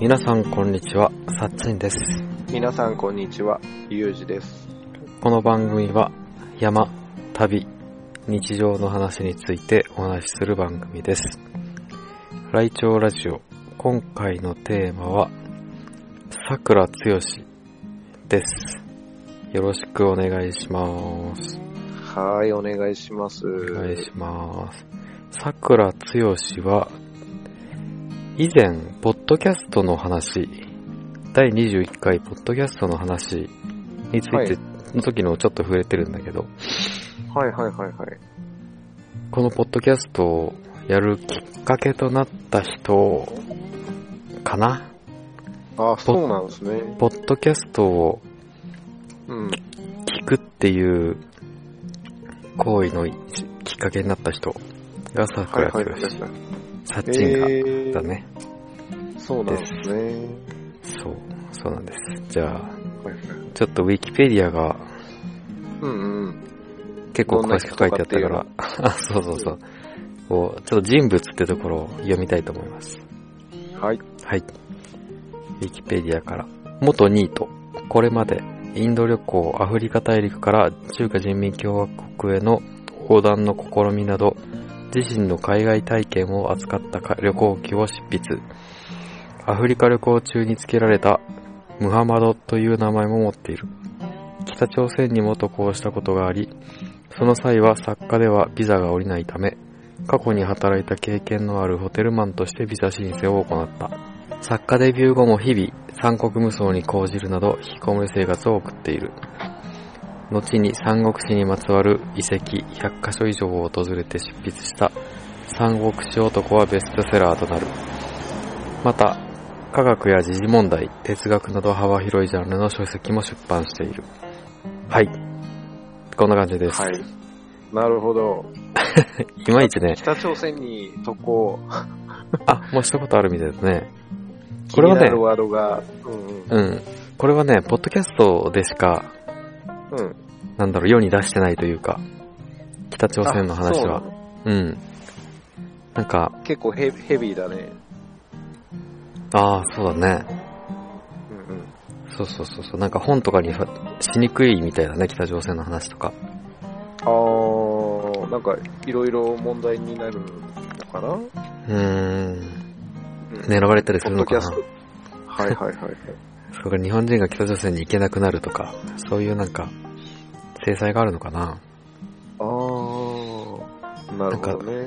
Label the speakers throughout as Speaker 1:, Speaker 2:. Speaker 1: 皆さんこんにちは、さっちんです。
Speaker 2: 皆さんこんにちは、ゆうじです。
Speaker 1: この番組は山、旅、日常の話についてお話しする番組です。来庁ラジオ、今回のテーマは、桜つよしです。よろしくお願いします。
Speaker 2: はーい、お願いします。
Speaker 1: お願いします。桜つよしは、以前、ポッドキャストの話、第21回ポッドキャストの話につ
Speaker 2: はい
Speaker 1: て、の時のちょっと触れてるんだけど、
Speaker 2: はいはいはいはい。
Speaker 1: このポッドキャストをやるきっかけとなった人かな
Speaker 2: あ、そうなんですね。
Speaker 1: ポッドキャストを
Speaker 2: うん。
Speaker 1: 聞くっていう行為の一きっかけになった人が
Speaker 2: はい
Speaker 1: 桜
Speaker 2: はい
Speaker 1: つよ
Speaker 2: はい。
Speaker 1: し、サッ
Speaker 2: え
Speaker 1: チンが、だ。
Speaker 2: ー、
Speaker 1: ね。
Speaker 2: そうなんですね。
Speaker 1: そう、そうなんです。じゃあ、
Speaker 2: はいはい
Speaker 1: ちょっとウィキペディアが
Speaker 2: うんうん。
Speaker 1: 結構詳しく書いてあったから、あ そうそうそう。こうちょっと人物ってところを読みたいと思います。
Speaker 2: はい。
Speaker 1: はい。ウィキペディアから。元ニート。これまで、インド旅行、アフリカ大陸から中華人民共和国への横断の試みなど、自身の海外体験を扱ったか旅行記を執筆。アフリカ旅行中に付けられたムハマドという名前も持っている。北朝鮮にも渡航したことがあり、その際は作家ではビザが下りないため、過去に働いた経験のあるホテルマンとしてビザ申請を行った。作家デビュー後も日々、三国無双に講じるなど、引きこもり生活を送っている。後に三国志にまつわる遺跡100カ所以上を訪れて執筆した三国志男はベストセラーとなる。また、科学や時事問題、哲学など幅広いジャンルの書籍も出版している。はい。こんな感じです。
Speaker 2: はい。なるほど。
Speaker 1: いまいちね、
Speaker 2: 北朝鮮に渡航、
Speaker 1: あ、もうしたことあるみたいですね。
Speaker 2: 気
Speaker 1: これ
Speaker 2: に
Speaker 1: はね
Speaker 2: なるワードが、うんうん。
Speaker 1: うん。これはね、ポッドキャストでしか
Speaker 2: うん。
Speaker 1: なんだろう、世に出してないというか、北朝鮮の話
Speaker 2: あ
Speaker 1: は。
Speaker 2: そうなの
Speaker 1: うん。なんか、
Speaker 2: 結構ヘヘビーだね。
Speaker 1: ああ、そうだね。
Speaker 2: うんうん。
Speaker 1: そうそうそうそう。なんか本とかにさしにくいみたいだね、北朝鮮の話とか。
Speaker 2: あー、なんか、いろいろ問題になるのかな
Speaker 1: うーん。
Speaker 2: うん
Speaker 1: 狙われたりす
Speaker 2: ポ
Speaker 1: る
Speaker 2: ッ
Speaker 1: の
Speaker 2: ドキ
Speaker 1: かな
Speaker 2: ャス
Speaker 1: そ
Speaker 2: ト。はいはいはいはい。
Speaker 1: れから日本人が北朝鮮に行けなくなるとか、そういうなんか、制裁があるのかな
Speaker 2: あー、なるほどね。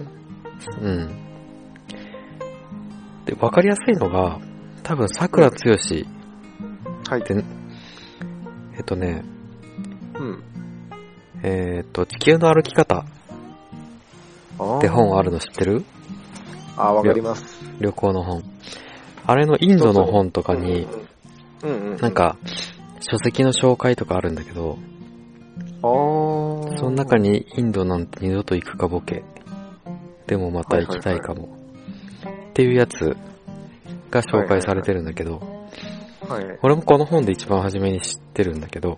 Speaker 1: うん。で、わかりやすいのが、多分、桜つよし、
Speaker 2: はい。
Speaker 1: えっとね、
Speaker 2: うん。
Speaker 1: えーっと、地球の歩き方
Speaker 2: あ
Speaker 1: って本あるの知ってる
Speaker 2: あー、わかります。
Speaker 1: 旅行の本。あれのインドの本とかに、
Speaker 2: うんうん、うんうん。
Speaker 1: なんか、書籍の紹介とかあるんだけど、
Speaker 2: あー、
Speaker 1: その中にインドなんて二度と行くかボケ。でもまた行きたいかも。っていうやつが紹介されてるんだけど、
Speaker 2: はい。
Speaker 1: 俺もこの本で一番初めに知ってるんだけど、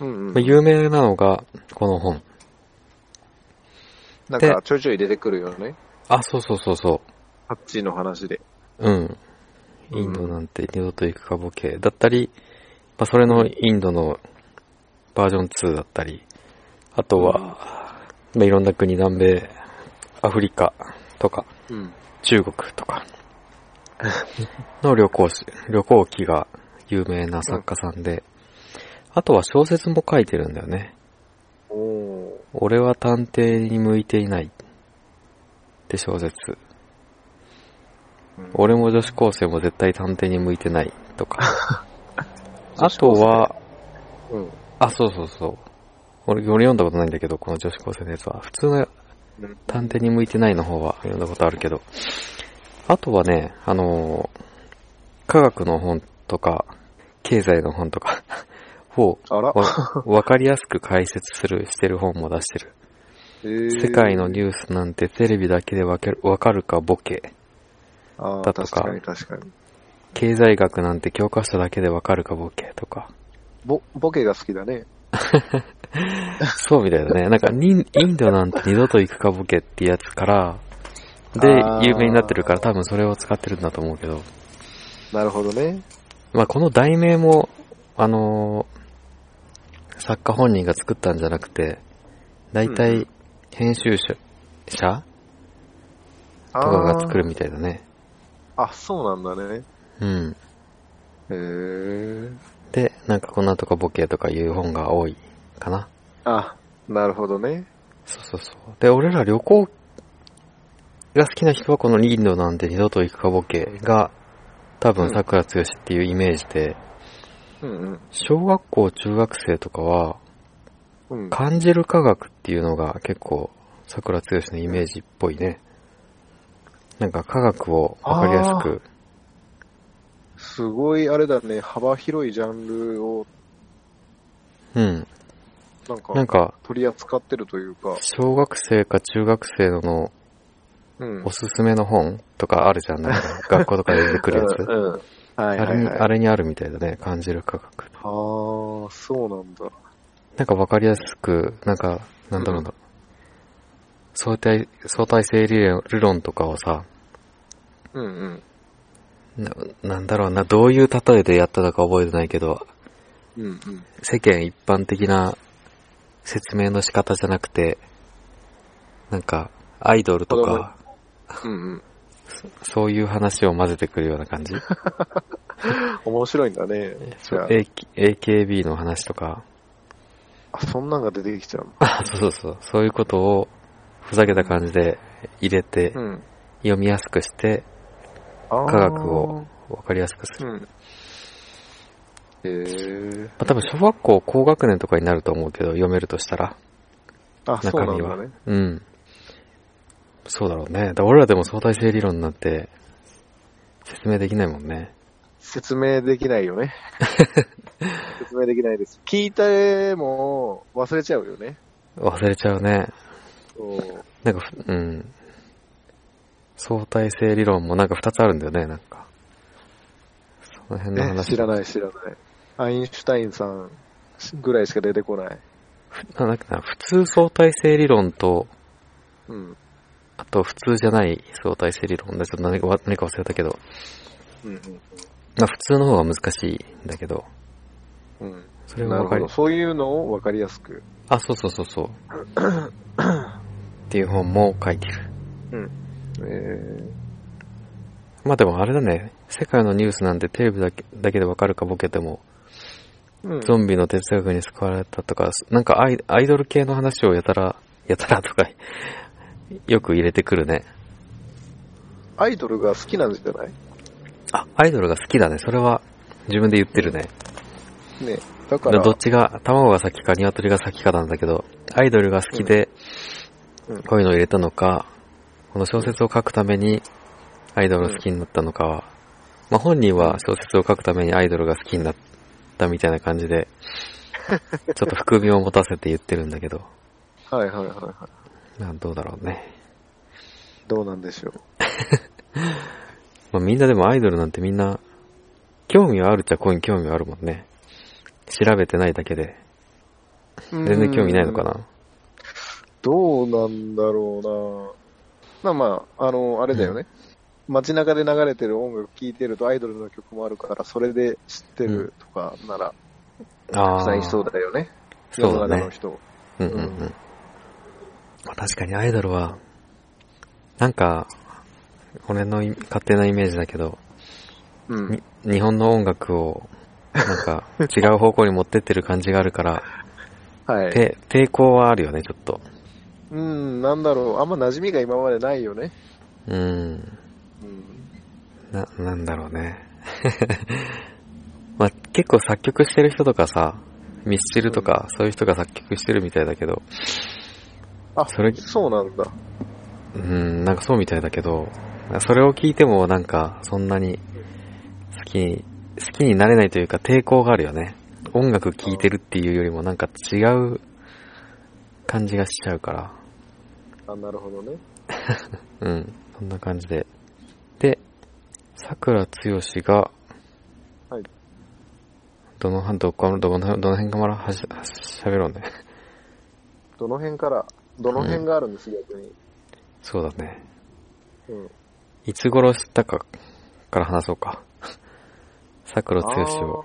Speaker 2: うんう
Speaker 1: ま
Speaker 2: ん
Speaker 1: あ。有名なのがこの本。
Speaker 2: なん
Speaker 1: で
Speaker 2: か、ちょいちょい出てくるよね。
Speaker 1: あ、そうそうそうそ
Speaker 2: ハッチーの話で。
Speaker 1: う。うん。インドなんて二度と行くかボケ。だったり、まあ、それのインドのバージョン2だったり、あとは、まあ、いろんな国、南米、アフリカとか、
Speaker 2: うん。
Speaker 1: 中国と か、の旅行誌、旅行記が有名な作家さんで、あとは小説も書いてるんだよね。
Speaker 2: おお
Speaker 1: 俺は探偵に向いていない。って小説。
Speaker 2: ー。
Speaker 1: 俺も女子高生も絶対探偵に向いてない。とか。
Speaker 2: 女
Speaker 1: あ
Speaker 2: 子
Speaker 1: と
Speaker 2: 高生
Speaker 1: は、
Speaker 2: うん。
Speaker 1: あ、そうそうそう。俺、俺読んだことないんだけど、この女子高生のやつは。普通の
Speaker 2: うん
Speaker 1: 探偵に向いてないの方は読んだことあるけど。あとはね、あのー科学の本とか、経済の本とか を、
Speaker 2: あら、
Speaker 1: わわかりやすく解説する、してる本も出してる。
Speaker 2: えー
Speaker 1: 世界のニュースなんてテレビだけでわけるわかるかボケ。
Speaker 2: あー
Speaker 1: だとか
Speaker 2: 確かに確かに。
Speaker 1: 経済学なんて教科書だけでわかるかボケとか。
Speaker 2: ぼ、ボケが好きだね。
Speaker 1: そうみたいだ ね。なんかに、インドなんて二度と行くかボケってやつから、で
Speaker 2: あー、
Speaker 1: 有名になってるから多分それを使ってるんだと思うけど。
Speaker 2: なるほどね。
Speaker 1: まあ、この題名も、あのー作家本人が作ったんじゃなくて、大
Speaker 2: う
Speaker 1: 体、編集者、者
Speaker 2: あ
Speaker 1: とかが作
Speaker 2: る。
Speaker 1: るみたいだね。
Speaker 2: あ、そうなんだね。
Speaker 1: うん。
Speaker 2: へえ。
Speaker 1: で、なんかこんなとかボケとかいう本が多いかな。
Speaker 2: あ、なるほどね。
Speaker 1: そうそうそう。で、俺ら旅行が好きな人はこのインドなんで二度と行くかボケが、多
Speaker 2: う
Speaker 1: 分
Speaker 2: ん
Speaker 1: 桜剛っていうイメージで、
Speaker 2: うん
Speaker 1: 小学校、中学生とかは、
Speaker 2: うん。うん。
Speaker 1: 感じる科学っていうのが結構桜剛のイメージっぽいね。なんか科学をわかりやすく。
Speaker 2: すごい、あれだね、幅広いジャンルを、
Speaker 1: うん。
Speaker 2: なんか
Speaker 1: な、んか、
Speaker 2: 取り扱ってるというか。
Speaker 1: 小学生か中学生の
Speaker 2: うん。
Speaker 1: おすすめの本とかあるじゃん。なんか学校とかで出てくるやつ。
Speaker 2: うん。うんは
Speaker 1: あ
Speaker 2: いは
Speaker 1: れ
Speaker 2: い
Speaker 1: に、
Speaker 2: はい。
Speaker 1: あれにあるみたいだね。感じる科学。
Speaker 2: あー、そうなんだ。
Speaker 1: なんかわかりやすく、なんか、なんだろうな。相対、相対性理論理論とかをさ、
Speaker 2: うんうん。
Speaker 1: ななんだろうな、どういう例えでやったのか覚えてないけど、
Speaker 2: うんうん。
Speaker 1: 世間一般的な説明の仕方じゃなくて、なんか、アイドルとか、
Speaker 2: うんうん。
Speaker 1: そういう話を混ぜてくるような感じ。
Speaker 2: 面白いんだね。じゃあ
Speaker 1: A- AKB の話とか、
Speaker 2: あ、そんなんが出てきちゃうの。
Speaker 1: あそうそうそう、そういうことをふざけた感じで入れて、
Speaker 2: うん。
Speaker 1: 読みやすくして、
Speaker 2: 科
Speaker 1: 科学を。わかりやすくす
Speaker 2: う
Speaker 1: る。
Speaker 2: ん。へえ。
Speaker 1: まあ、多分小学校高学年とかになると思うけど、読めるとしたら。
Speaker 2: あ、そう
Speaker 1: 中
Speaker 2: なん
Speaker 1: 身
Speaker 2: だ
Speaker 1: は。
Speaker 2: ね。
Speaker 1: うん。そうだろうね。だから俺らでも相対性理論なんて、説明できないもんね。
Speaker 2: 説明できない よね。説明できないです。聞いても忘れちゃうよね。
Speaker 1: 忘れちゃうね。
Speaker 2: そう。
Speaker 1: なんかふ、うん。相対性理論もなんか二つあるんだよね、なんか。その辺の
Speaker 2: ね、
Speaker 1: 話。
Speaker 2: 知らない知らない。アインシュタインさんぐらいしか出てこない。
Speaker 1: なんだっけな、普通相対性理論と、
Speaker 2: うん。
Speaker 1: あと普通じゃない相対性理論だ。ちょっと何かわ何か忘れたけど。
Speaker 2: うん
Speaker 1: まあ普通の方が難しいんだけど。
Speaker 2: うん。うん。
Speaker 1: それ
Speaker 2: な
Speaker 1: は
Speaker 2: る
Speaker 1: わか
Speaker 2: ほ
Speaker 1: り
Speaker 2: ど。そういうのを分かりやすく。
Speaker 1: あ、そうそうそうそう。っていう本も書いてる。
Speaker 2: えー、
Speaker 1: まあでもあれだね。世界のニュースなんてテレビだけだけでわかるかボケても、
Speaker 2: うん
Speaker 1: ゾンビの哲学に救われたとか、なんかアイアイドル系の話をやたら、やたらとか、よく入れてくるね。
Speaker 2: アイドルが好きなんじゃない
Speaker 1: あ、アイドルが好きだね。それは自分で言ってるね。
Speaker 2: ね。だから、
Speaker 1: どっちが、卵が先か鶏が先かなんだけど、アイドルが好きで
Speaker 2: うんうん、
Speaker 1: こういうのを入れたのか、この小説を書くためにアイドルが好きになったのかは、まあ本人は小説を書くためにアイドルが好きになったみたいな感じで、ちょっと含みを持たせて言ってるんだけど、
Speaker 2: はいはいはいは
Speaker 1: まあどうだろうね。
Speaker 2: い。どうなんでしょう。
Speaker 1: まあ、みんなでもアイドルなんてみんな、興味はあるっちゃこういう興味はあるもんね。調べてないだけで。
Speaker 2: 全
Speaker 1: 全然興味ないのかな。
Speaker 2: どうなんだろうなまあまあ、あの、あれだよね。街中で流れてる音楽聴いてるとアイドルの曲もあるから、それで知ってるとかなら、
Speaker 1: あ
Speaker 2: たく
Speaker 1: あ。
Speaker 2: さんいそうだよね。
Speaker 1: そう
Speaker 2: 世の
Speaker 1: だ
Speaker 2: 中
Speaker 1: ね
Speaker 2: の。人。
Speaker 1: うんうんうん。まあ、確かにアイドルは、なんか、俺のい勝手なイメージだけど、
Speaker 2: うん
Speaker 1: に。日本の音楽を、なん か、違う方向に持ってってる感じがあるから、
Speaker 2: はい。
Speaker 1: て抵抗はあるよね、ちょっと。
Speaker 2: うん、なんだろう。あんま馴染みが今までないよね。
Speaker 1: うん。
Speaker 2: うん。
Speaker 1: な、なんだろうね。 まあ、結構作曲してる人とかさ、ミスチルとか、そういう人が作曲してるみたいだけど、
Speaker 2: あ、
Speaker 1: それ
Speaker 2: そうなんだ。
Speaker 1: うん、なんかそうみたいだけど、それを聞いてもなんか、そんなに、好きに、好きになれないというか抵抗があるよね。音楽聴いてるっていうよりもなんか違う感じがしちゃうから。
Speaker 2: あ、なるほどね。
Speaker 1: うん、そんな感じで。で、桜つよしが、
Speaker 2: はい。
Speaker 1: どの辺、どこどのどの辺からはし、はしゃべろうね。
Speaker 2: どの辺から、どの辺があるんです、逆に。
Speaker 1: そうだね。
Speaker 2: うん。
Speaker 1: いつ頃知ったかから話そうか。桜剛を。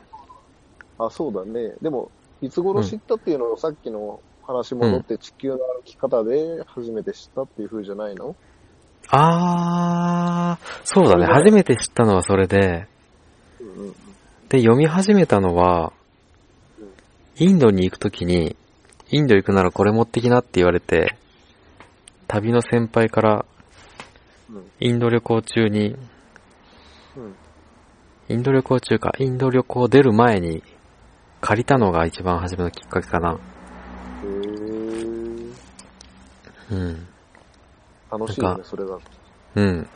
Speaker 2: あーあ、そうだね。でも、いつ頃知ったっていうのをさっきの話戻って地球の歩き方で初めて知ったっていう風じゃないの
Speaker 1: あー、そうだね。
Speaker 2: それで
Speaker 1: 初めて知ったのはそれで、
Speaker 2: うんうん。
Speaker 1: で、読み始めたのは
Speaker 2: うん、
Speaker 1: インドに行くときに、インド行くならこれ持ってきなって言われて、旅の先輩から
Speaker 2: うん
Speaker 1: インド旅行中に、
Speaker 2: うん。
Speaker 1: インド旅行中か、インド旅行出る前に借りたのが一番初めのきっかけかな。
Speaker 2: へー
Speaker 1: うん。
Speaker 2: 楽しい
Speaker 1: な
Speaker 2: よ
Speaker 1: ん
Speaker 2: ね、それが。
Speaker 1: うん。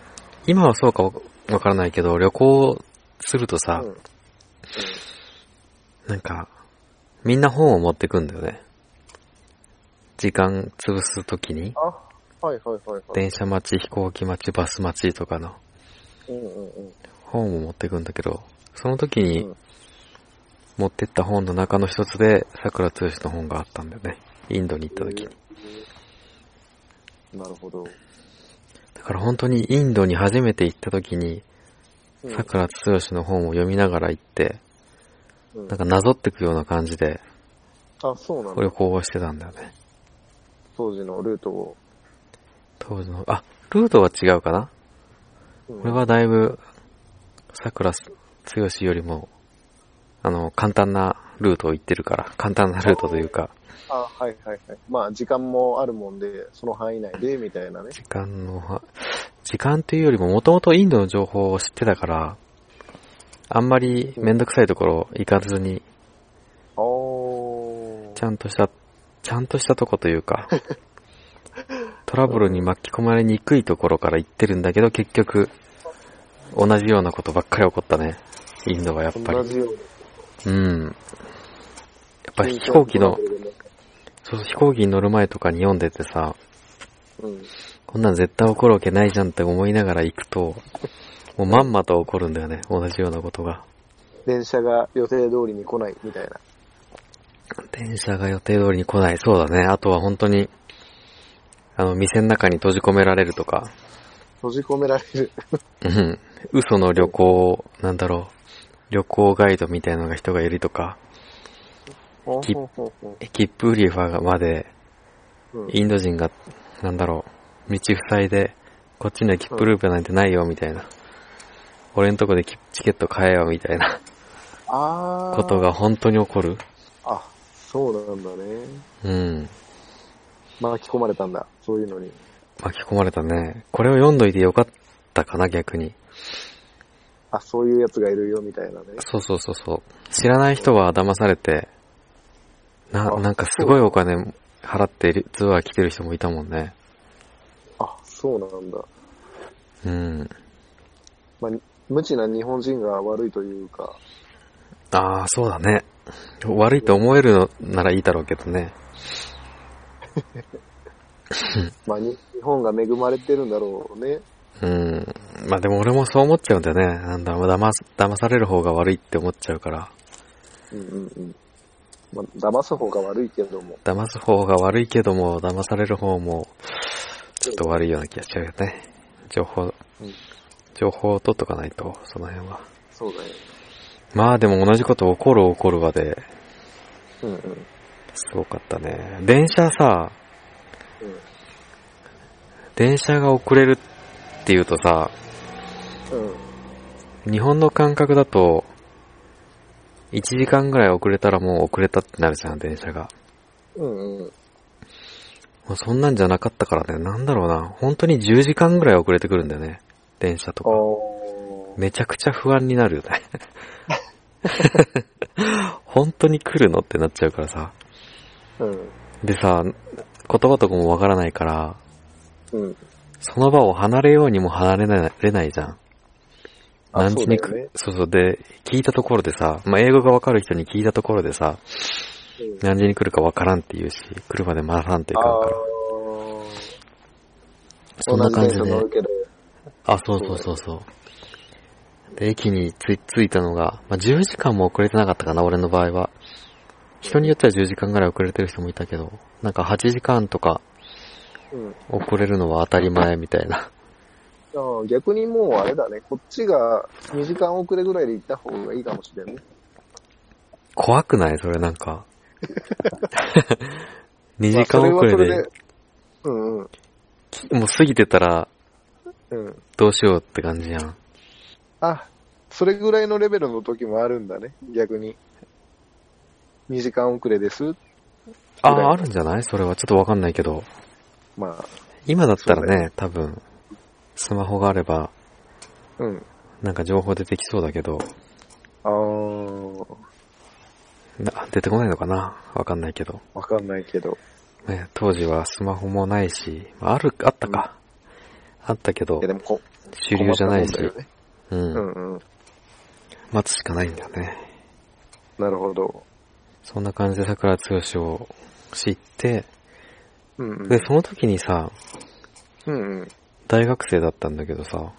Speaker 1: 今はそうかわわからないけど、旅行するとさ、
Speaker 2: うんうん
Speaker 1: なんか、みんな本を持ってくんだよね。時間潰すときに、
Speaker 2: あ、はいはいはいはい。
Speaker 1: 電車待ち、飛行機待ち、バス待ちとかの
Speaker 2: うんうんうん。
Speaker 1: 本を持ってくんだけど、その時
Speaker 2: う
Speaker 1: に
Speaker 2: ん
Speaker 1: 持ってった本の中の一つで、桜通しの本があったんだよね。インドに行った時に。
Speaker 2: なるほど。
Speaker 1: だから本当にインドに初めて行った時に、
Speaker 2: うん
Speaker 1: 桜通しの本を読みながら行って、
Speaker 2: うん
Speaker 1: なんかなぞってくような感じで
Speaker 2: あ、そうなんだ
Speaker 1: 旅。行をしてたんだよね。
Speaker 2: 当時のルートを。
Speaker 1: 当時の、あ、ルートは違うかな
Speaker 2: うん
Speaker 1: 俺はだいぶ、桜つよしよりも、あの、簡単なルートを行ってるから、簡単なルートというか、
Speaker 2: あ、はいはいはい。まあ、時間もあるもんで、その範囲内で、みたいなね。
Speaker 1: 時間のは、時間というよりも、もともとインドの情報を知ってたから、あんまりめんどくさいところ行かずに、
Speaker 2: おー。
Speaker 1: ちゃんとした、ちゃんとしたとこというか、トラブルに巻き込まれにくいところから行ってるんだけど、結局、同じようなことばっかり起こったね。インドはやっぱり
Speaker 2: 同。じように。やっ
Speaker 1: うん。やっぱり飛行機の、そう飛行機に乗る前とかに読んでてさ、
Speaker 2: うん。
Speaker 1: こんなん絶対起こるわけないじゃんって思いながら行くと、もうまんまと起こるんだよね、同じようなことが。
Speaker 2: 電車が予定通りに来ない、みたいな。
Speaker 1: 電車が予定通りに来ない。そうだね。あとは本当に、あの、店の中に閉じ込められるとか、
Speaker 2: 閉じ込められ る。
Speaker 1: うん。嘘の旅行、なんだろう、旅行ガイドみたいなのが人がいるとか、
Speaker 2: ほ
Speaker 1: き
Speaker 2: ほほほ
Speaker 1: 切符売り場がまで
Speaker 2: うん
Speaker 1: インド人が、なんだろう、道塞いで、こっちには切符ループなんてないよ、みたいな。俺んとこできチケット買えよ、みたいな
Speaker 2: あー。
Speaker 1: こと。が本当に起こる。
Speaker 2: あ、そうなんだね。
Speaker 1: うん。
Speaker 2: 巻き込まれたんだ。そういうのに。
Speaker 1: 巻き込まれたね。これを読んどいてよかったかな、逆に。
Speaker 2: あ、そういうやつがいるよ、みたいなね。
Speaker 1: そうそうそうそう。知らない人は騙されて、な、
Speaker 2: あ
Speaker 1: なんかすごいお金払ってるツアー来てる人もいたもんね。
Speaker 2: あ、そうなんだ。
Speaker 1: うん。
Speaker 2: まあ、無知な日本人が悪いというか、
Speaker 1: ああ、そうだね。悪いと思えるのならいいだろうけどね。
Speaker 2: まあ、に日本が恵まれてるんだろうね。
Speaker 1: うん。まあでも俺もそう思っちゃうんだよね。なんだろう、騙す、騙される方が悪いって思っちゃうから。
Speaker 2: うんうんうん。まあ、騙す方が悪いけども。
Speaker 1: 騙す方が悪いけども、騙される方も、ちょっと悪いような気がしちゃうよね。情報
Speaker 2: うん、
Speaker 1: 情報を取っとかないと、その辺は。
Speaker 2: そうだね。
Speaker 1: まあでも同じこと起こる起こるまで、
Speaker 2: うんうん。
Speaker 1: すごかったね。電車さ、電車が遅れるっていうとさ、
Speaker 2: うん。うん。
Speaker 1: 日本の感覚だと、1時間ぐらい遅れたらもう遅れたってなるじゃん、電車が。
Speaker 2: うんうん。
Speaker 1: もうそんなんじゃなかったからね、なんだろうな、本当に10時間ぐらい遅れてくるんだよね、電車と
Speaker 2: あ
Speaker 1: か。
Speaker 2: ー
Speaker 1: めちゃくちゃ不安になるよね。 本当に来るのってなっちゃうからさ。
Speaker 2: うん。
Speaker 1: でさ、言葉とかもわからないから、
Speaker 2: うん。
Speaker 1: その場を離れようにも離れなれないじゃん。
Speaker 2: あ
Speaker 1: 何時に
Speaker 2: そうだ
Speaker 1: 来
Speaker 2: よね
Speaker 1: そうそう。で、聞いたところでさ、まあ、英語がわかる人に聞いたところでさ、
Speaker 2: うん
Speaker 1: 何時に来るかわからんって言うし、来るまで待たんってい
Speaker 2: あ
Speaker 1: かんから。そんな感じ
Speaker 2: 同電
Speaker 1: で
Speaker 2: 車乗。るけど、
Speaker 1: あ、そうそうそうそう。で、駅に着着いたのが、まあ、10時間も遅れてなかったかな、俺の場合は。人によっては10時間ぐらい遅れてる人もいたけど、なんか8時間とか
Speaker 2: うん。
Speaker 1: 遅れるのは当たり前みたいな。
Speaker 2: ああ逆にもうあれだね、こっちが2時間遅れぐらいで行った方がいいかもしれんね。
Speaker 1: 怖くないそれなんか。2
Speaker 2: まあ
Speaker 1: 時間遅れ
Speaker 2: それ
Speaker 1: で
Speaker 2: は、それでうんうん。
Speaker 1: もう過ぎてたら
Speaker 2: うん。
Speaker 1: どうしようって感じやん。
Speaker 2: あ、それぐらいのレベルの時もあるんだね、逆に。2時間遅れです。
Speaker 1: あ
Speaker 2: ぐらい
Speaker 1: あ、
Speaker 2: の
Speaker 1: あるんじゃないそれはちょっとわかんないけど。
Speaker 2: ま
Speaker 1: 今だったらね、多分、スマホがあれば、
Speaker 2: あ、うん。
Speaker 1: なんか情報出てきそうだけど、
Speaker 2: あー、
Speaker 1: な出てこないのかなわかんないけど。
Speaker 2: わかんないけど。
Speaker 1: ね、当時はスマホもないし、まあある、あったか。あったけど
Speaker 2: いや、で、もこ、
Speaker 1: 主流じゃないし、
Speaker 2: 困ったもんだよね
Speaker 1: うん、
Speaker 2: うんうん。
Speaker 1: 待つしかないんだよね。
Speaker 2: なるほど。
Speaker 1: そんな感じで桜剛を知って、
Speaker 2: うんうん。
Speaker 1: で、その時にさ、
Speaker 2: うんうん。
Speaker 1: 大学生だったんだけどさ、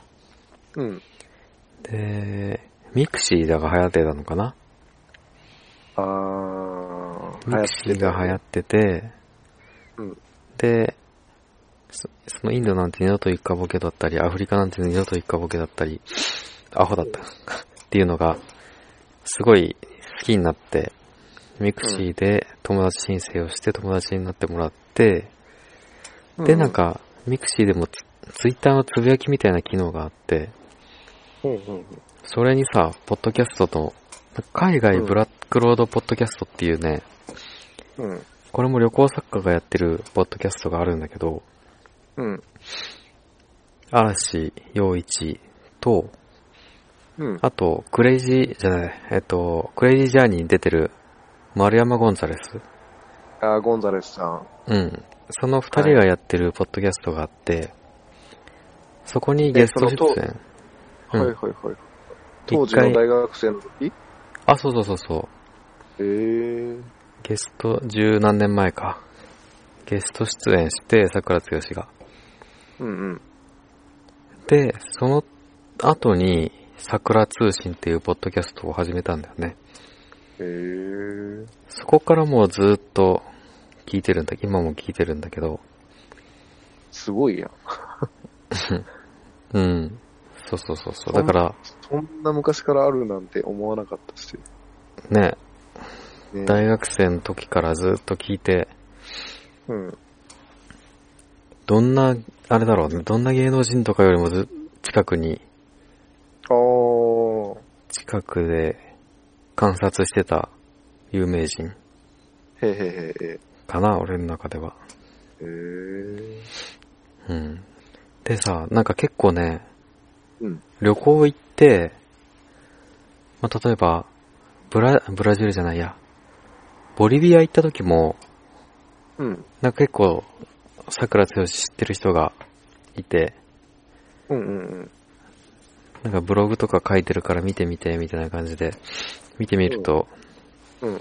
Speaker 2: うん。
Speaker 1: で、ミクシーだが流行ってたのかな
Speaker 2: あー、
Speaker 1: ミクシーが流行ってて、
Speaker 2: うん
Speaker 1: で、そそのインドなんて二度と一かボケだったり、アフリカなんて二度と一かボケだったり、アホだったっていうのが、すごい好きになって、ミクシーで友達申請をして友達になってもらって、
Speaker 2: て
Speaker 1: で、なん、か、ミクシーでもツツイッターのつぶやきみたいな機能があって、
Speaker 2: うんうん
Speaker 1: それにさ、ポッドキャストと、海外ブラックロードポッドキャストっていうね、
Speaker 2: うん。うん。
Speaker 1: これも旅行作家がやってるポッドキャストがあるんだけど、
Speaker 2: うん。
Speaker 1: 嵐陽一と、
Speaker 2: うん。
Speaker 1: あと、クレイジーじゃない、えっと、クレイジージャーニーに出てる丸山ゴンザレス。
Speaker 2: あー、ゴンザレスさん。
Speaker 1: うん。その二人がやってるポッドキャストがあって、そこにゲスト出
Speaker 2: で
Speaker 1: 演。
Speaker 2: はいはいはい。当時の大学生の時へ
Speaker 1: あ、そうそうそうそう。
Speaker 2: えー。
Speaker 1: ゲスト、十何年前か。ゲスト出演して、桜剛が。
Speaker 2: うんうん。
Speaker 1: で、その後に、桜通信っていうポッドキャストを始めたんだよね。
Speaker 2: へえー。
Speaker 1: そこからもうずっと聞いてるんだ、今も聞いてるんだけど、
Speaker 2: すごいやん。
Speaker 1: うん。そうそうそうそう。
Speaker 2: そ
Speaker 1: だ
Speaker 2: ん
Speaker 1: から、
Speaker 2: そんな昔からあるなんて思わなかったし。
Speaker 1: ね、
Speaker 2: ね、
Speaker 1: 大学生の時からずっと聞いて、
Speaker 2: うん。
Speaker 1: どんな、あれだろうね、どんな芸能人とかよりもず、近くに、
Speaker 2: あー。
Speaker 1: 近くで観察してた有名人
Speaker 2: へーへーへーへ
Speaker 1: かな、俺の中では。
Speaker 2: ー。へー。
Speaker 1: うん。でさ、なんか結構ね、
Speaker 2: うん
Speaker 1: 旅行行って、まあ、例えば、ブラ、ブラジルじゃないや、ボリビア行った時も、
Speaker 2: うん。
Speaker 1: なんか結構、桜剛知ってる人がいて、
Speaker 2: うんうんうん。
Speaker 1: なんかブログとか書いてるから見てみて、みたいな感じで、見てみると、
Speaker 2: うん。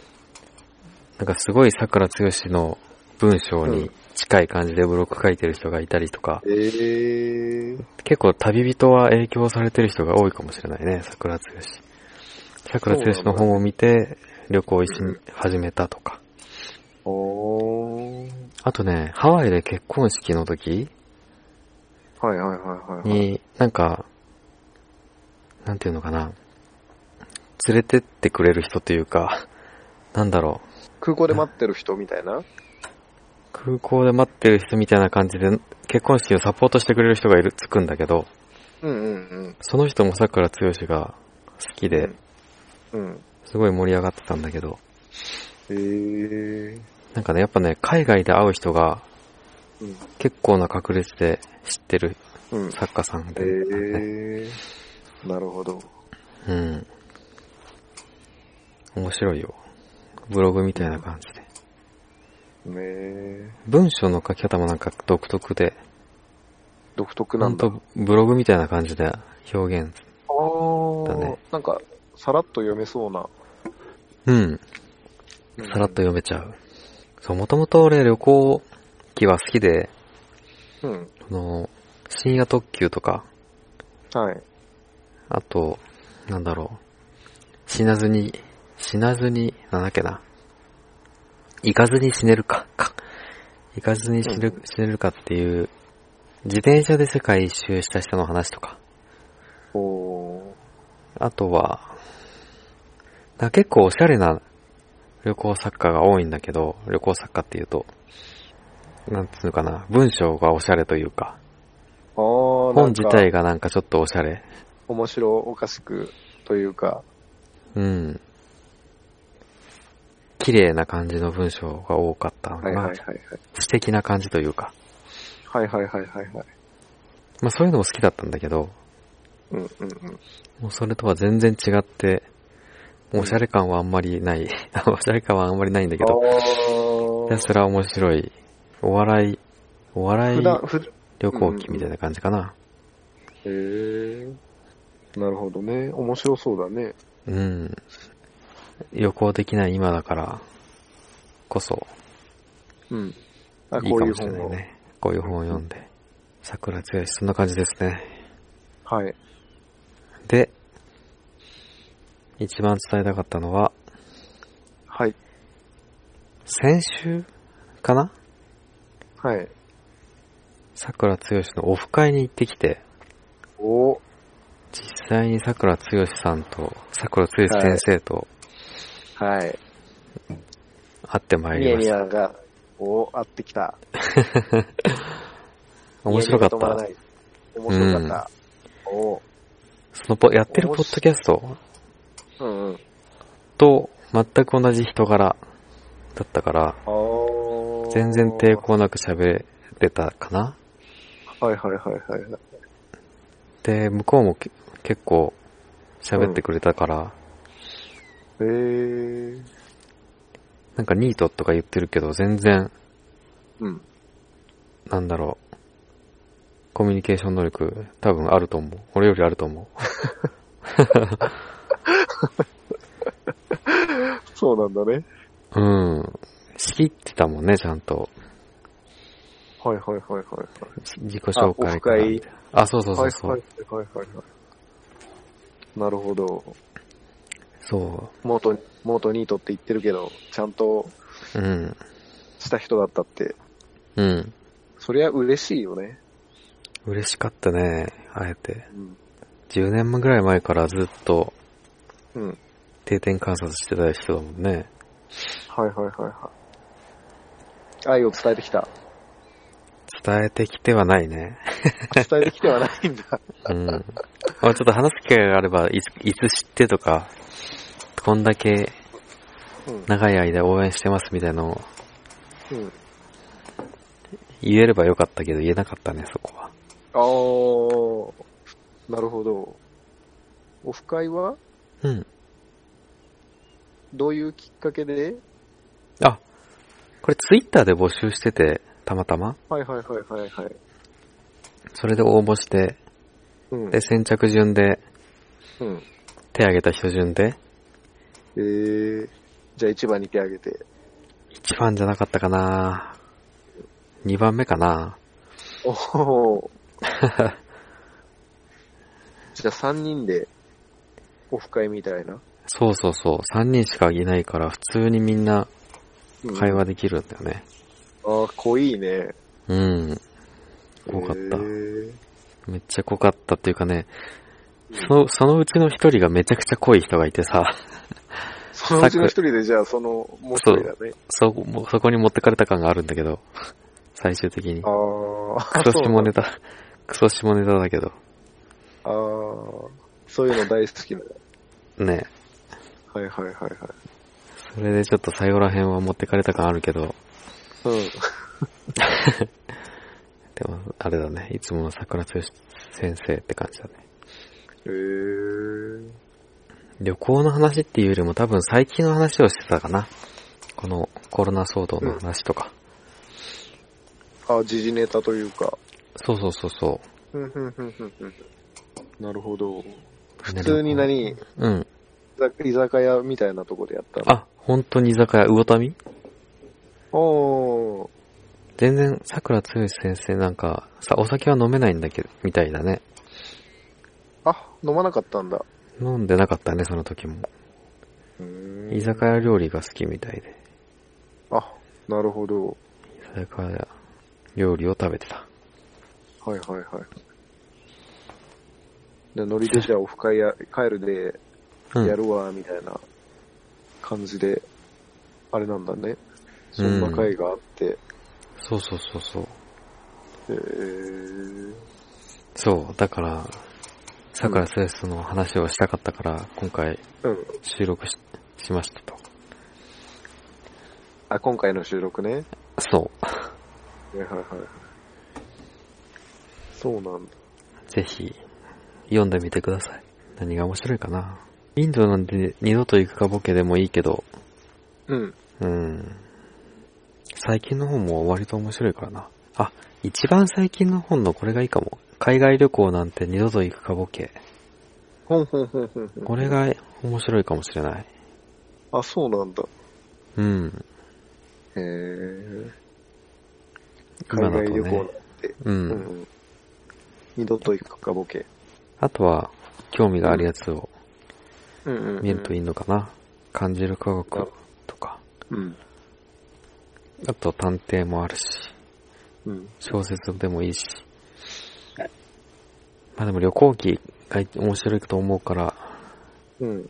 Speaker 1: なんかすごい桜剛の文章に近い感じでブログ書いてる人がいたりとか、
Speaker 2: えー。
Speaker 1: 結構旅人は影響されてる人が多いかもしれないね、桜剛。桜剛の本を見て旅行し
Speaker 2: うん
Speaker 1: 始めたとか。
Speaker 2: おー。
Speaker 1: あとね、ハワイで結婚式の時
Speaker 2: はいはいはいはい、はい。
Speaker 1: に、なんか、なんていうのかな、連れてってくれる人というか、なんだろう、
Speaker 2: 空港で待ってる人みたいな
Speaker 1: 空港で待ってる人みたいな感じで、結婚式をサポートしてくれる人がいる、つくんだけど、
Speaker 2: うんうん
Speaker 1: その人も桜剛が好きで、
Speaker 2: うん。うん。
Speaker 1: すごい盛り上がってたんだけど、
Speaker 2: えー。
Speaker 1: なんかね、やっぱね、海外で会う人が
Speaker 2: うん。
Speaker 1: 結構な確率で知ってる
Speaker 2: うん。
Speaker 1: 作家さん
Speaker 2: え
Speaker 1: で、
Speaker 2: ー。なるほど。
Speaker 1: うん。面白いよ。ブログみたいな感じで。
Speaker 2: ねえ。
Speaker 1: 文章の書き方もなんか独特で、
Speaker 2: 独特な
Speaker 1: ほ
Speaker 2: ん
Speaker 1: ん
Speaker 2: だ。
Speaker 1: とブログみたいな感じで表現。
Speaker 2: あー
Speaker 1: だね
Speaker 2: なんか、さらっと読めそうな。
Speaker 1: うん。さらっと読めちゃう。そう、もともと俺旅行機は好きで、
Speaker 2: うん。
Speaker 1: あの、深夜特急とか、
Speaker 2: はい。
Speaker 1: あと、なんだろう。死なずに、死なずに、なんだっけな。行かずに死ねるか、か。行かずに死ぬ、
Speaker 2: うん
Speaker 1: 死ねるかっていう、自転車で世界一周した人の話とか。
Speaker 2: おー
Speaker 1: あとは、だ結構おしゃれな旅行作家が多いんだけど、旅行作家っていうと、なんつうのかな、文章がおしゃれというか、
Speaker 2: あー
Speaker 1: 本
Speaker 2: なん
Speaker 1: 自
Speaker 2: か
Speaker 1: 体がなんかちょっとおしゃれ。
Speaker 2: 面白おかしくというか、
Speaker 1: うん。綺麗な感じの文章が多かったの
Speaker 2: は
Speaker 1: か
Speaker 2: い
Speaker 1: な。
Speaker 2: はいはいはい。
Speaker 1: 素敵な感じというか。
Speaker 2: はいはいはいはいはい。
Speaker 1: まあそういうのも好きだったんだけど、
Speaker 2: うんうんうん。
Speaker 1: もうそれとは全然違って、おしゃれ感はあんまりない。 おしゃれ感はあんまりないんだけど、ひ
Speaker 2: あ
Speaker 1: た
Speaker 2: ー
Speaker 1: すら面白い。お笑い、お笑
Speaker 2: 普
Speaker 1: い
Speaker 2: 段、ふ
Speaker 1: 旅行記みたいな感じかな。
Speaker 2: へーなるほどね。面白そうだね。
Speaker 1: うん。旅行できない今だから、こそ、
Speaker 2: うん。あ、
Speaker 1: い
Speaker 2: こ
Speaker 1: いうか
Speaker 2: いう
Speaker 1: もしれ
Speaker 2: 本
Speaker 1: ない
Speaker 2: を。
Speaker 1: ね。こういう本を読んで。桜強い、そんな感じですね。
Speaker 2: はい。
Speaker 1: で、一番伝えたかったのは、
Speaker 2: はい。
Speaker 1: 先週かな
Speaker 2: はい。
Speaker 1: 桜強しのオフ会に行ってきて、
Speaker 2: お
Speaker 1: 実際に桜強しさんと、桜強し先生と
Speaker 2: はい。
Speaker 1: 会ってまい
Speaker 2: ミ
Speaker 1: り
Speaker 2: ヤ
Speaker 1: ま
Speaker 2: ミ
Speaker 1: した。
Speaker 2: ヤが、お会ってきた。
Speaker 1: 面白かっ
Speaker 2: ニヤニヤが止まら
Speaker 1: た
Speaker 2: な。い面白かった。お
Speaker 1: そのポ、やってるポッドキャスト
Speaker 2: うんうん。
Speaker 1: と全く同じ人柄だったから、
Speaker 2: あー
Speaker 1: 全然抵。抗なく喋れたかな
Speaker 2: はいはいはいはいはい。
Speaker 1: で、向こうもけ結構喋ってくれたから、
Speaker 2: えー。
Speaker 1: なんかニートとか言ってるけど、全然、
Speaker 2: うん。
Speaker 1: なんだろう、コミュニケーション能力、多分あると思う。俺よりあると思
Speaker 2: そうなんだね。
Speaker 1: う。うん。仕切ってたもんね、ちゃんと。
Speaker 2: はいはいはいはいはい。
Speaker 1: 自己紹
Speaker 2: あオ
Speaker 1: 介
Speaker 2: フ
Speaker 1: から
Speaker 2: 会。
Speaker 1: あ、そうそうそうそう、
Speaker 2: はいはいはいはいはい。なるほど。
Speaker 1: そ
Speaker 2: 元、元ニートって言ってるけど、ちゃんと
Speaker 1: う。うん。
Speaker 2: した人だったって、
Speaker 1: うん。
Speaker 2: そりゃ嬉しいよね。
Speaker 1: 嬉しかったね、会えて。
Speaker 2: うん。
Speaker 1: 10年ぐらい前からずっと
Speaker 2: うん。
Speaker 1: 定点観察してた人だもんね。
Speaker 2: はいはいはいはい。愛を伝えてきた。
Speaker 1: 伝えてきてはないね。
Speaker 2: 伝えてきてはない んだ。
Speaker 1: うん。まあちょっと話す機会があれば、いつ、いつ知ってとか、こんだけ
Speaker 2: うん。
Speaker 1: 長い間応援してますみたいなのを
Speaker 2: うん。
Speaker 1: 言えればよかったけど言えなかったね、そこは。
Speaker 2: あー、なるほど。オフ会は
Speaker 1: うん。
Speaker 2: どういうきっかけで
Speaker 1: あ、これツイッターで募集してて、たまたま。
Speaker 2: はいはいはいはいはい。
Speaker 1: それで応募して、
Speaker 2: うん。
Speaker 1: で、先着順で、
Speaker 2: うん。
Speaker 1: 手挙げた人順で、
Speaker 2: えー、じゃあ一番に手挙げて。
Speaker 1: 1番じゃなかったかな2番目かな
Speaker 2: おお。 じゃあ3人でオフ会みたいな。
Speaker 1: そうそうそう。3人しかいないから、普通にみんな
Speaker 2: うん
Speaker 1: 会話できるんだよね。
Speaker 2: ああ、濃いね。
Speaker 1: うん。濃かった
Speaker 2: へー
Speaker 1: めっちゃ濃かったっていうかね、その、そのうちの一人がめちゃくちゃ濃い人がいてさ、
Speaker 2: そのうちの一人でじゃあそのもう一人だね。
Speaker 1: そ、もうそこに持ってかれた感があるんだけど、最終的に。
Speaker 2: ああ。
Speaker 1: クソ
Speaker 2: そうな
Speaker 1: 下
Speaker 2: ん
Speaker 1: ネ
Speaker 2: だ
Speaker 1: タ、クソ下ネタだけど、
Speaker 2: ああ。そういうの大好きな。
Speaker 1: ね。
Speaker 2: はいはいはいはい。
Speaker 1: それでちょっと最後ら辺は持ってかれた感あるけど、
Speaker 2: うん。
Speaker 1: でも、あれだね、いつもの桜剛先生って感じだね。
Speaker 2: へー
Speaker 1: 旅行の話っていうよりも多分最近の話をしてたかな。このコロナ騒動の話とか。
Speaker 2: ああ、時事ネタというか。
Speaker 1: そうそうそうそ
Speaker 2: ふんふんふんふんふんなるほど。
Speaker 1: う。
Speaker 2: 普通に何
Speaker 1: うん。
Speaker 2: 居酒屋みたいなとこでやったの
Speaker 1: あ、本当に居酒屋、魚民
Speaker 2: おー。
Speaker 1: 全然、桜つよし先生なんか、さ、お酒は飲めないんだけど、みたいだね。
Speaker 2: あ、飲まなかったんだ。
Speaker 1: 飲んでなかったね、その時も。
Speaker 2: うーん
Speaker 1: 居酒屋料理が好きみたいで。
Speaker 2: あ、なるほど。
Speaker 1: 居酒屋料理を食べてた。
Speaker 2: はいはいはい。で、ノリでじゃあオフ会や、帰るで
Speaker 1: うん
Speaker 2: やるわ、みたいな感じで、あれなんだね。そんな会があって、
Speaker 1: そうそうそうそう。
Speaker 2: えー、
Speaker 1: そう、だから、桜セレスの話をしたかったから、今回
Speaker 2: うん。
Speaker 1: 収録ししましたと。
Speaker 2: あ、今回の収録ね。
Speaker 1: そ
Speaker 2: はいはいはい。そうなんだ。
Speaker 1: う。ぜひ、読んでみてください。何が面白いかな。インドなんて二度と行くかボケでもいいけど、
Speaker 2: うん。
Speaker 1: うん。最近の本も割と面白いからな。あ、一番最近の本のこれがいいかも。海外旅行なんて二度と行くかボケ。
Speaker 2: ほんほんほんほんほん。
Speaker 1: これが面白いかもしれない。
Speaker 2: あ、そうなんだ。
Speaker 1: うん。
Speaker 2: へえ。海
Speaker 1: 今だと
Speaker 2: 外
Speaker 1: ね
Speaker 2: 旅行なんて。
Speaker 1: う。
Speaker 2: うんん。二度と行くかボケ。
Speaker 1: あとは、興味があるやつを
Speaker 2: うんうん、うん。
Speaker 1: 見るといいのかな。感じる科学とか。
Speaker 2: うん。
Speaker 1: あと探偵もあるし、
Speaker 2: うん。
Speaker 1: 小説でもいいし。まあでも旅行記が面白いと思うから、
Speaker 2: うん。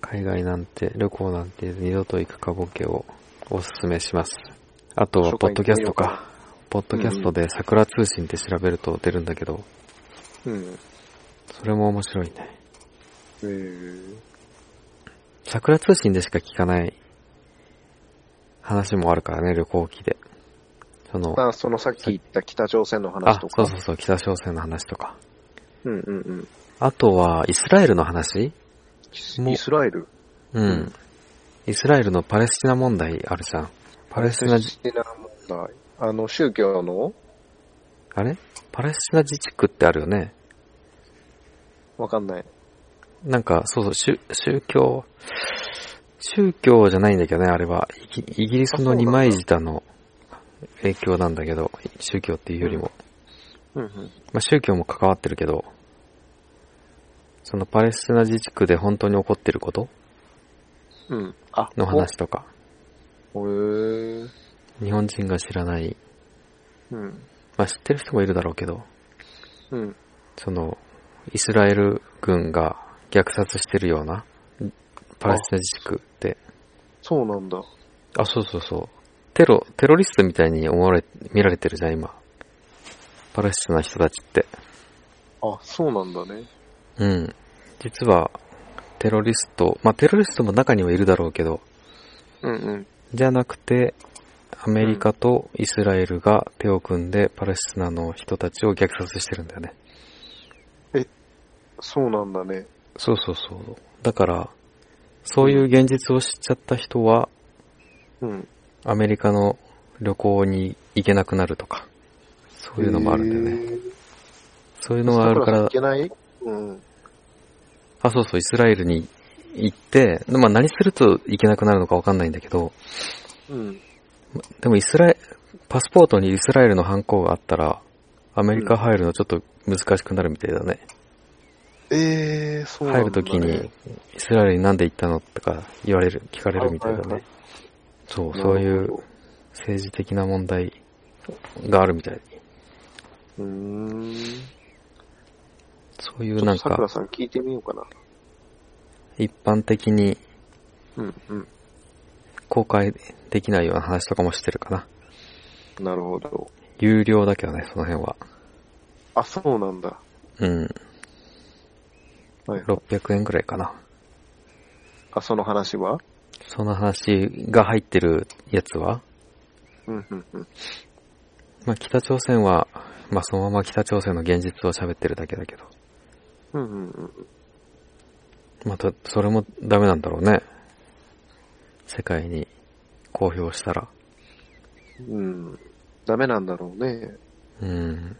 Speaker 1: 海外なんて、旅行なんて二度と行くかボケをおすすめします。あとは、ポッドキャストか。ポッドキャストで桜通信って調べると出るんだけど、
Speaker 2: うん。
Speaker 1: それも面白いね。
Speaker 2: えー、
Speaker 1: 桜通信でしか聞かない話もあるからね、旅行記で。その、
Speaker 2: まあ、そのさっき言った北朝鮮の話とか。
Speaker 1: そうそうそう、北朝鮮の話とか。
Speaker 2: うんうんうん。
Speaker 1: あとは、イスラエルの話もう
Speaker 2: イスラエル
Speaker 1: うん。
Speaker 2: うん
Speaker 1: イスラエルのパレスチナ問題あるじゃん。パレスチナ、
Speaker 2: チナ問題。あの、宗教の
Speaker 1: あれパレスチナ自治区ってあるよね。
Speaker 2: わかんない。
Speaker 1: なんか、そうそう、宗宗教、宗教じゃないんだけどね、あれは。イギイギリスの二枚舌の影響なんだけど、宗教っていうよりも。
Speaker 2: うんうん。
Speaker 1: まあ宗教も関わってるけど、そのパレスチナ自治区で本当に起こってること
Speaker 2: うん。あ、
Speaker 1: の話とか、
Speaker 2: お。へー。
Speaker 1: 日本人が知らない、
Speaker 2: うん。
Speaker 1: まあ知ってる人もいるだろうけど、
Speaker 2: うん。
Speaker 1: その、イスラエル軍が虐殺してるような、パレスチナ自治区で、
Speaker 2: そうなんだ。
Speaker 1: あ、そうそうそう。テロ、テロリストみたいに思われ、見られてるじゃん、今。パレスチナの人たちって。
Speaker 2: あ、そうなんだね。
Speaker 1: うん。実は、テロリスト、まあ、テロリストも中にはいるだろうけど、
Speaker 2: うんうん。
Speaker 1: じゃなくて、アメリカとイスラエルが手を組んでパレスチナの人たちを虐殺してるんだよね。
Speaker 2: そうなんだね。
Speaker 1: そうそうそう。だから、そういう現実を知っちゃった人は、
Speaker 2: うん。
Speaker 1: アメリカの旅行に行けなくなるとか、そういうのもあるんだよね。
Speaker 2: ね。
Speaker 1: そういうの
Speaker 2: だ
Speaker 1: がある
Speaker 2: か
Speaker 1: からら
Speaker 2: い、けないうん。
Speaker 1: あ、そうそう、イスラエルに行って、まあ何するといけなくなるのかわかんないんだけど、
Speaker 2: うん。
Speaker 1: でもイスラエ、パスポートにイスラエルのハンコがあったら、アメリカ入るのちょっと難しくなるみたいだね。
Speaker 2: えー、そうなんだ、ね。
Speaker 1: 入るときに、イスラエルになんで行ったのとか言われる、聞かれるみたいだ
Speaker 2: はいはいは
Speaker 1: ね
Speaker 2: い。
Speaker 1: そう、
Speaker 2: なるほど
Speaker 1: そういう政治的な問題があるみたい。
Speaker 2: うーん。
Speaker 1: そうい
Speaker 2: ちょ
Speaker 1: う
Speaker 2: っ
Speaker 1: な
Speaker 2: と
Speaker 1: ん
Speaker 2: さくら
Speaker 1: か、
Speaker 2: さん聞いてみようかな。
Speaker 1: 一般的に
Speaker 2: うんうん。
Speaker 1: 公開できないような話とかもしてるかな。
Speaker 2: なるほど。
Speaker 1: 有料だけどね、その辺は。
Speaker 2: あ、そうなんだ。
Speaker 1: うん。
Speaker 2: はい。
Speaker 1: 600円くらいかな。
Speaker 2: あ、その話は
Speaker 1: その話が入ってるやつは、
Speaker 2: うんうんうん。
Speaker 1: まあ、北朝鮮は、まあ、そのまま北朝鮮の現実を喋ってるだけだけど、
Speaker 2: うんうんうん。
Speaker 1: また、それもダメなんだろうね。世界に公表したら。
Speaker 2: うん。ダメなんだろうね。
Speaker 1: うん。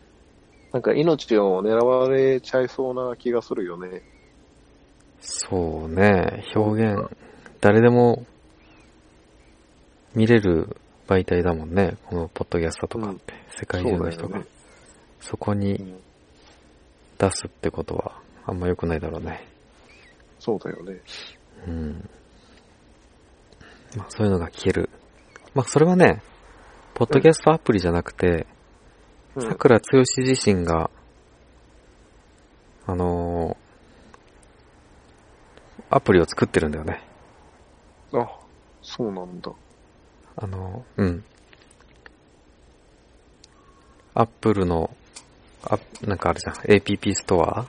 Speaker 2: なんか命を狙われちゃいそうな気がするよね。
Speaker 1: そうね、表現、誰でも見れる媒体だもんね、このポッドキャストとかって、世界中の人
Speaker 2: そう
Speaker 1: が
Speaker 2: だよね。
Speaker 1: そこに出すってことは、あんま良くないだろうね。
Speaker 2: そうだよね。
Speaker 1: うん。まあ、そういうのが聞ける。まあ、それはね、ポッドキャストアプリじゃなくて、
Speaker 2: うん
Speaker 1: さくらつよし自身が、あのーアプリを作ってるんだよね。
Speaker 2: あ、そうなんだ。
Speaker 1: あのーうん。アップルの、あ、なんかあるじゃん、APP ストア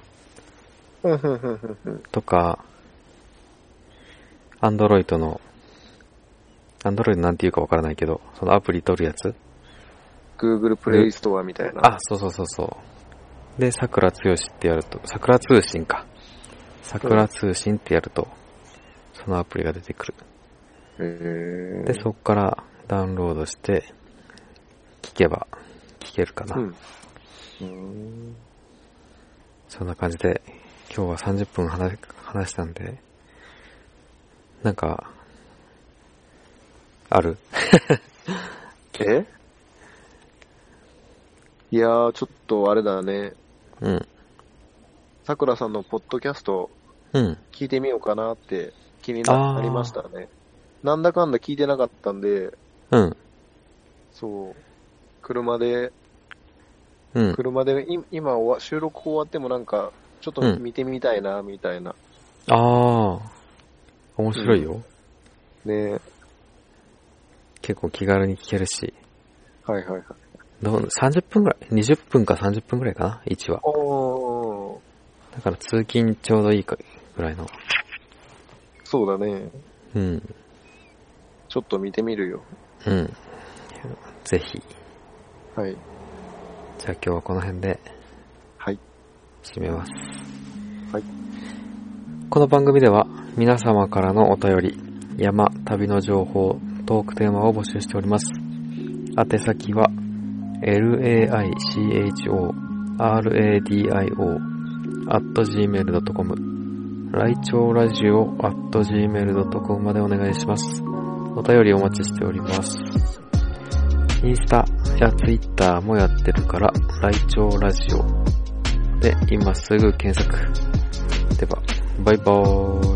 Speaker 2: うんうんうんうんうん
Speaker 1: とか、アンドロイドの、アンドロイドなんていうかわからないけど、そのアプリ取るやつ
Speaker 2: Google プレイストアみたいな。
Speaker 1: あ、そうそうそうそう。で、桜つよしってやると、桜通信か。桜通信ってやると、そのアプリが出てくる。
Speaker 2: へえ。
Speaker 1: で、そっからダウンロードして、聞けば、聞けるかな。
Speaker 2: うん。うん。
Speaker 1: そんな感じで、今日は30分話、話したんで、なんか、ある
Speaker 2: えいやー、ちょっとあれだね。
Speaker 1: うん。
Speaker 2: さくらさんのポッドキャスト
Speaker 1: うん。
Speaker 2: 聞いてみようかなって気にな
Speaker 1: あー
Speaker 2: りましたね。なんだかんだ聞いてなかったんで、
Speaker 1: うん。
Speaker 2: そう。車で、
Speaker 1: うん。
Speaker 2: 車で、い今終わ収録終わってもなんか、ちょっと見てみたいな、みたいな。
Speaker 1: ああ。面白いよ。
Speaker 2: ね
Speaker 1: 結構気軽に聞けるし。
Speaker 2: はいはいはい。
Speaker 1: どう30分ぐらい ?20 分か30分ぐらいかな ?1 話。
Speaker 2: おー、
Speaker 1: だから通勤ちょうどいいかぐらいの。
Speaker 2: そうだね。
Speaker 1: うん。
Speaker 2: ちょっと見てみるよ。
Speaker 1: うん。ぜひ。
Speaker 2: はい。
Speaker 1: じゃあ今日はこの辺で
Speaker 2: はい。
Speaker 1: 締めます。
Speaker 2: はい。
Speaker 1: この番組では皆様からのお便り、山、旅の情報、トークテーマを募集しております。宛先は、laicho, radio, at gmail.com、来庁ラジオ at gmail.com までお願いします。お便りお待ちしております。インスタやツイッターもやってるから、来庁ラジオで今すぐ検索。では、バイバーイ。